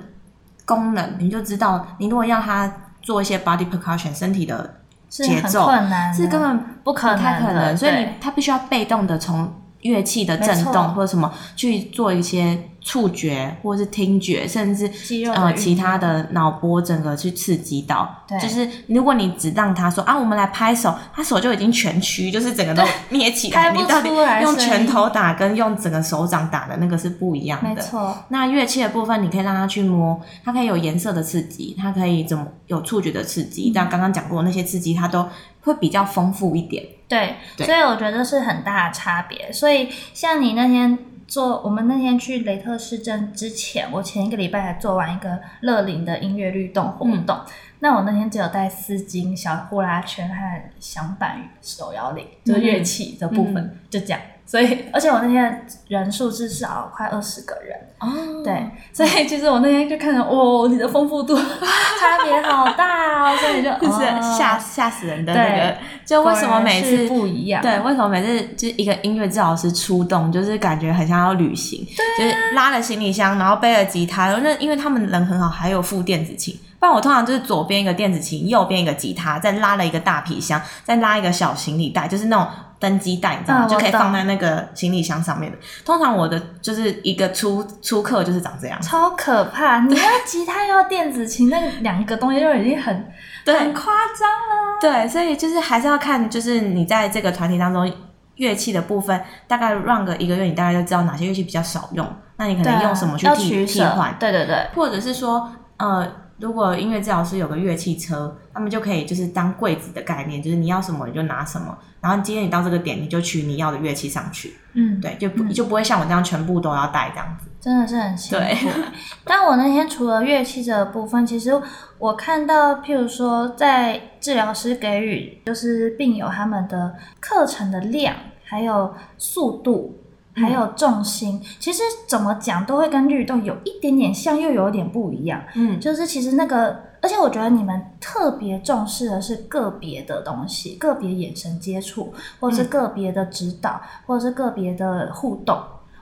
功能，你就知道，你如果要他做一些 body percussion 身体的
是
节
很
奏
困难的，
是根本
不可能
不太可能，
的
所以你
对
他必须要被动的从乐器的震
没错
动或者什么去做一些触觉或者是听觉，甚至
肌肉的
呃
运
其他
动
的脑波整个去刺激到。
对
就是如果你只让他说啊，我们来拍手，他手就已经蜷曲，就是整个都捏起来，
拍不
你到底
出来
用
声
拳
音
头打跟用整个手掌打的那个是不一样
没
的。
错，
那乐器的部分，你可以让他去摸，它可以有颜色的刺激，它可以怎么有触觉的刺
嗯
激。但刚刚讲过那些刺激，它都会比较丰富一点。
对，
对
所以我觉得是很大的差别。所以像你那天做，我们那天去雷特市政之前，我前一个礼拜还做完一个乐龄的音乐律动活
嗯
动。那我那天只有带丝巾、小呼啦圈和响板、手摇铃，就是乐器的部分，
嗯
就这样。所以，而且我那天人数至少快二十个人，
哦
对，，所以其实我那天就看着，哦，你的丰富度 差别好大哦，所以就
就是
哦
吓吓死人的
对
那个。就为什么每
果然是
次
不一样
对，为什么每次就是一个音乐治疗师出动，就是感觉很像要旅行，
啊
就是拉了行李箱，然后背了吉他，然后那因为他们人很好，还有附电子琴。不然我通常就是左边一个电子琴，右边一个吉他，再拉了一个大皮箱，再拉一个小行李袋，就是那种登机袋，你知道吗？
嗯
就可以
我懂
放在那个行李箱上面的。通常我的就是一个出出客就是长这 样，
超可怕！你要吉他又要电子琴，那两个东西就已经很
对
很夸张了。
对，所以就是还是要看，就是你在这个团体当中乐器的部分，大概 run 个一个月，你大概就知道哪些乐器比较少用，那你可能用什么去
啊要
替
取
替
舍
换，
对对对，
或者是说，呃，如果音乐治疗师有个乐器车，他们就可以就是当柜子的概念，就是你要什么你就拿什么，然后今天你到这个点你就取你要的乐器上去，
嗯，
对，就不、
嗯
就不会像我这样全部都要带这样子，
真的是很辛苦
对。
但我那天除了乐器这个部分，其实我看到，譬如说，在治疗师给予就是病友他们的课程的量，还有速度。
嗯
还有重心，其实怎么讲都会跟律动有一点点像，又有一点不一样。
嗯，
就是其实那个，而且我觉得你们特别重视的是个别的东西，个别眼神接触，或
嗯
者是个别的指导，或者是个别的互动。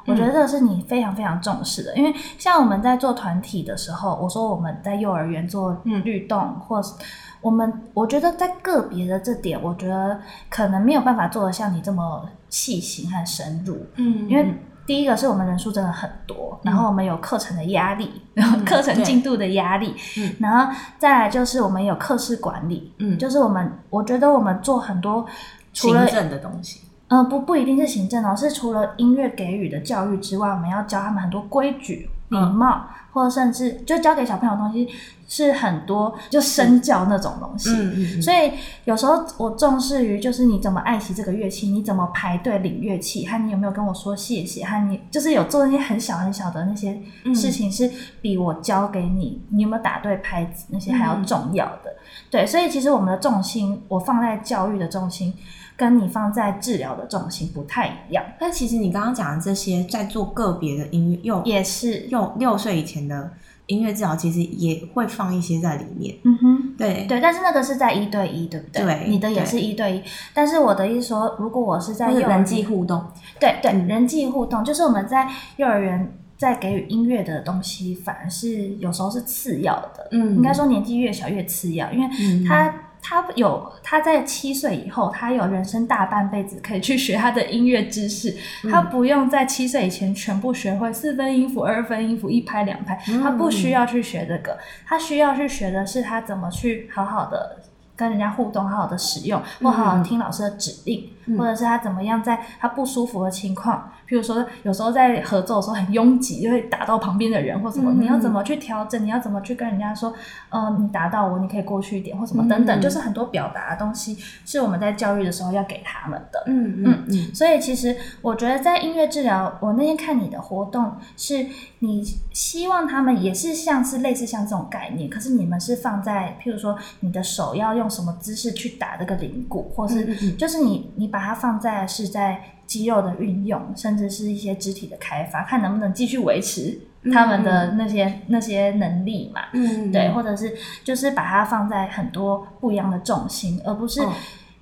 我
嗯
觉得这是你非常非常重视的，因为像我们在做团体的时候，我说我们在幼儿园做
嗯
律动，或是我们我觉得在个别的这点，我觉得可能没有办法做的像你这么细心和深入。
嗯
因为第一个是我们人数真的很多，然后我们有课程的压力，然后
嗯
课程进度的压力，
嗯
然后再来就是我们有课室管理，
嗯就
就是我们我觉得我们做很多除
行
了
政的东西，
嗯、不不一定是行政哦，是除了音乐给予的教育之外，我们要教他们很多规矩、礼
嗯
貌，或者甚至就教给小朋友的东西是很多就身教那种东西，
嗯嗯
所以有时候我重视于就是你怎么爱惜这个乐器，你怎么排队领乐器，和你有没有跟我说谢谢，和你就是有做那些很小很小的那些
嗯
事情，是比我教给你你有没有打对拍子那些还
嗯
要重要的。对，所以其实我们的重心，我放在教育的重心，跟你放在治疗的重心不太一样，
但其实你刚刚讲的这些，在做个别的音乐又
也是，
用六岁以前的音乐治疗，其实也会放一些在里面。
嗯哼。
对
对，但是那个是在一对一，对不对？
对
你的也
对
是一对一，但是我的意思说，如果我是在
或者
幼儿
人
园
际互动，
对对，
嗯
人际互动就是我们在幼儿园在给予音乐的东西，反而是有时候是次要的。
嗯
应该说年纪越小越次要，因为
嗯
他、他有他在七岁以后，他有人生大半辈子可以去学他的音乐知识，
嗯
他不用在七岁以前全部学会四分音符、二分音符、一拍两拍，
嗯
他不需要去学这个，他需要去学的是他怎么去好好的。跟人家互动，好好的使用，或好好
嗯
地听老师的指令，
嗯
或者是他怎么样在他不舒服的情况，譬如说有时候在合奏的时候很拥挤，就会打到旁边的人或什么，
嗯
你要怎么去调整？你要怎么去跟人家说，呃，你打到我，你可以过去一点或什么等等，
嗯
就是很多表达的东西是我们在教育的时候要给他们的。
嗯嗯嗯，
所以其实我觉得在音乐治疗，我那天看你的活动，是你希望他们也是像是类似像这种概念，可是你们是放在譬如说你的手要用什么姿势去打这个铃鼓，或
嗯嗯
是
嗯
就是你你把它放在是在肌肉的运用，甚至是一些肢体的开发，看能不能继续维持。他们的那些、那些能力嘛，
嗯
对，或者是就是把它放在很多不一样的重心，而不是、
嗯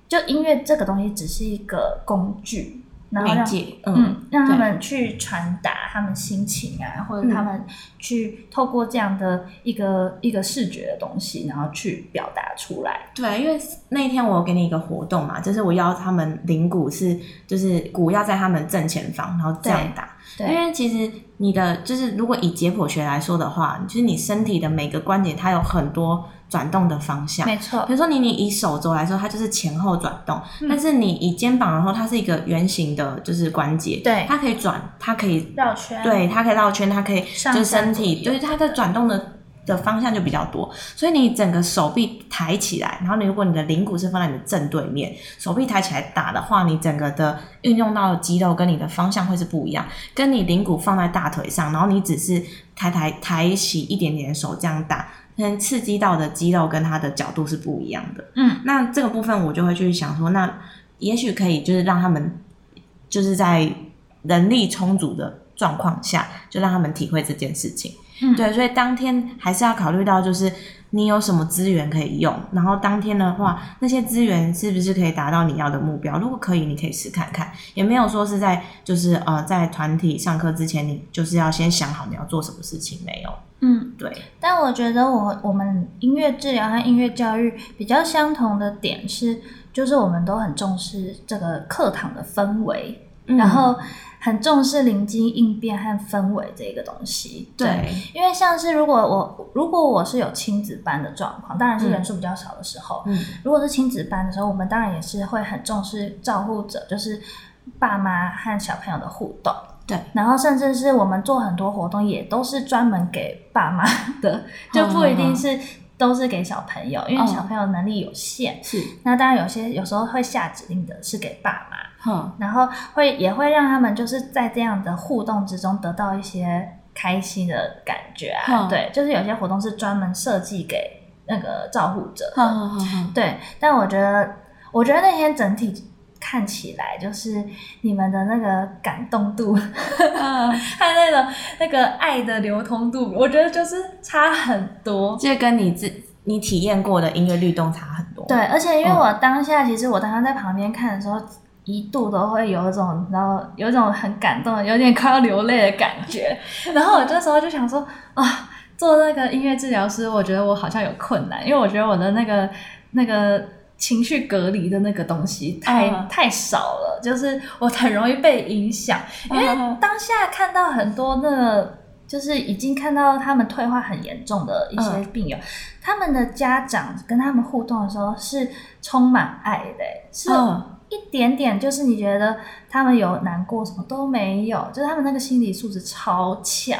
就音乐这个东西只是一个工具，然后
媒
让
介，嗯
嗯，让他们去传达他们心情啊，或
嗯
者他们去透过这样的一个一个视觉的东西，然后去表达出来。
对，因为那一天我有给你一个活动嘛，就是我要他们领鼓是，就是鼓要在他们正前方，然后这样打。
对
因为其实你的就是如果以解剖学来说的话，就是你身体的每个关节它有很多转动的方向。
没错
比，如说你你以手肘来说，它就是前后转动，
嗯
但是你以肩膀，然后它是一个圆形的，就是关节，
对
它可以转，它可以
绕圈，
对，它可以绕圈，它可以
上
就是
下
身
左
体，
右
就是它的转动的的方向就比较多，所以你整个手臂抬起来，然后你如果你的领骨是放在你的正对面，手臂抬起来打的话，你整个的运用到的肌肉跟你的方向会是不一样，跟你领骨放在大腿上，然后你只是抬抬抬起一点点手这样打。能刺激到的肌肉跟它的角度是不一样的，
嗯，
那这个部分我就会去想说，那也许可以就是让他们就是在人力充足的状况下，就让他们体会这件事情。
嗯
对，所以当天还是要考虑到，就是你有什么资源可以用，然后当天的话，那些资源是不是可以达到你要的目标？如果可以，你可以试看看，也没有说是在就是呃在团体上课之前，你就是要先想好你要做什么事情没有？
嗯。
对，
但我觉得我我们音乐治疗和音乐教育比较相同的点是，就是我们都很重视这个课堂的氛围，
嗯
然后很重视临机应变和氛围这个东西。
对，
因为像是如果我如果我是有亲子班的状况，当然是
嗯
人数比较少的时候，
嗯
如果是亲子班的时候，我们当然也是会很重视照护者，就是爸妈和小朋友的互动。
对，嗯
然后甚至是我们做很多活动，也都是专门给爸妈的，就不一定是都是给小朋友，因为
嗯
小朋友能力有限。
是，
那当然有些有时候会下指令的是给爸妈，
哼，
然后会也会让他们就是在这样的互动之中得到一些开心的感觉啊。
嗯
对，就是有些活动是专门设计给那个照护者的。
哼哼哼哼。
对，但我觉得，我觉得那天整体看起来，就是你们的那个感动度， 还有那种那个爱的流通度，我觉得就是差很多。
这跟你自你体验过的音乐律动差很多。嗯
对，，而且因为我当下，其实我当时在旁边看的时候。一度都会有一种，然后有一种很感动，有点快要流泪的感 觉。然后我这时候就想说，啊，做那个音乐治疗师，我觉得我好像有困难，因为我觉得我的那个那个情绪隔离的那个东西太、
嗯
太少了，就是我很容易被影响。因为
嗯
当下看到很多那个，就是已经看到他们退化很严重的一
嗯
些病友，他们的家长跟他们互动的时候是充满爱的、是
嗯
一点点，就是你觉得他们有难过什么都没有，就是他们那个心理素质超强。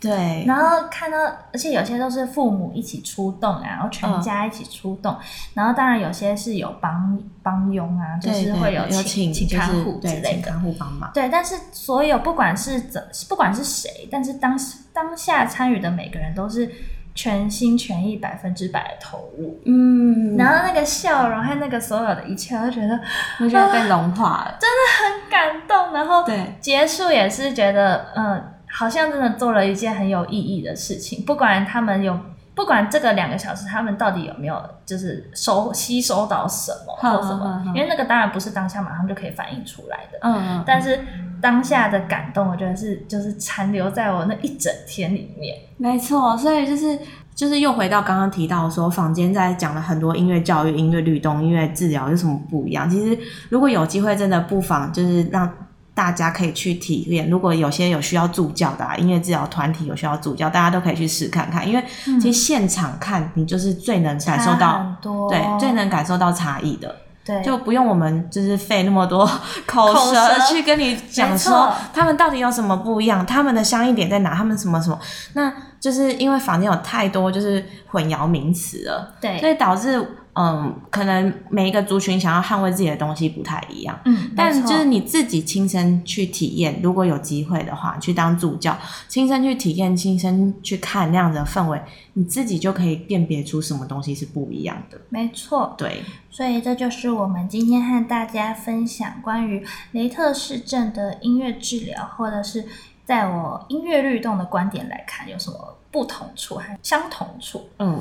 对，
然后看到，而且有些都是父母一起出动啊，然后全家一起出
嗯
动，然后当然有些是有帮帮佣啊，就
对
是
对
会有
有
请
就是
看护之
对，
类
请
的。
看护帮忙。
对，但是所有不管是怎，不管是谁，但是当时当下参与的每个人都是全心全意、百分之百的投入，
嗯
然后那个笑容和那个所有的一切，我就觉得
我觉得被融化了。
很感动。然后
对
结束也是觉得，嗯，好像真的做了一件很有意义的事情。不管他们有，不管这个两个小时他们到底有没有就是收吸收到什么
哼
或什么
哼，哼
因为那个当然不是当下马上就可以反映出来的。
嗯，
但是当下的感动，我觉得是就是残留在我那一整天里面。
没错，所以就是就是又回到刚刚提到说，坊间在讲了很多音乐教育、音乐律动、音乐治疗有什么不一样。其实如果有机会，真的不妨就是让。大家可以去体验，如果有些有需要助教的、啊、音乐治疗团体有需要助教，大家都可以去试看看，因为
嗯
其实现场看你就是最能感受
差
到
很多，
对，最能感受到差异的，
哦对
就不用我们就是费那么多 口
口
舌
舌
去跟你讲
没
说
错
他们到底有什么不一样，他们的相应点在哪，他们什么什么，那就是因为房间有太多就是混淆名词了，所
对，
以导致嗯，可能每一个族群想要捍卫自己的东西不太一样。
嗯，
但
没错
就是你自己亲身去体验，如果有机会的话，去当助教，亲身去体验，亲身去看那样的氛围，你自己就可以辨别出什么东西是不一样的。
没错，
对，
所以这就是我们今天和大家分享关于雷特氏症的音乐治疗，或者是。在我音乐律动的观点来看，有什么不同处和相同处？
嗯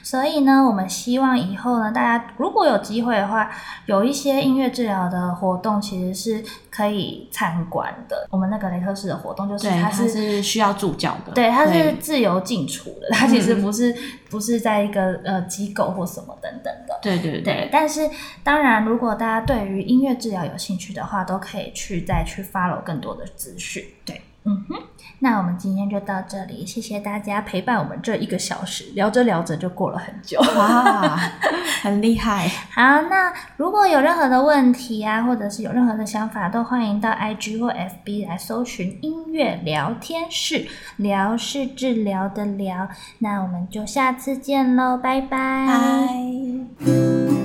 所以呢，我们希望以后呢，大家如果有机会的话，有一些音乐治疗的活动其实是可以参观的。我们那个雷克士的活动就是
对，它
它是
是需要助教的，
对，它是
对嗯
自由进出的，它其实不是、不是在一个呃机构或什么等等的。
对对
对，但是当然，如果大家对于音乐治疗有兴趣的话，都可以去再去 follow 更多的资讯。
对，
嗯哼，那我们今天就到这里，谢谢大家陪伴我们这一个小时，聊着聊着就过了很久。
哇，很 厉害，
好，那如果有任何的问题啊，或者是有任何的想法，都欢迎到 IG 或 FB 来搜寻“音乐聊天室”，聊是治疗的聊。那我们就下次见喽，拜拜。
嗨。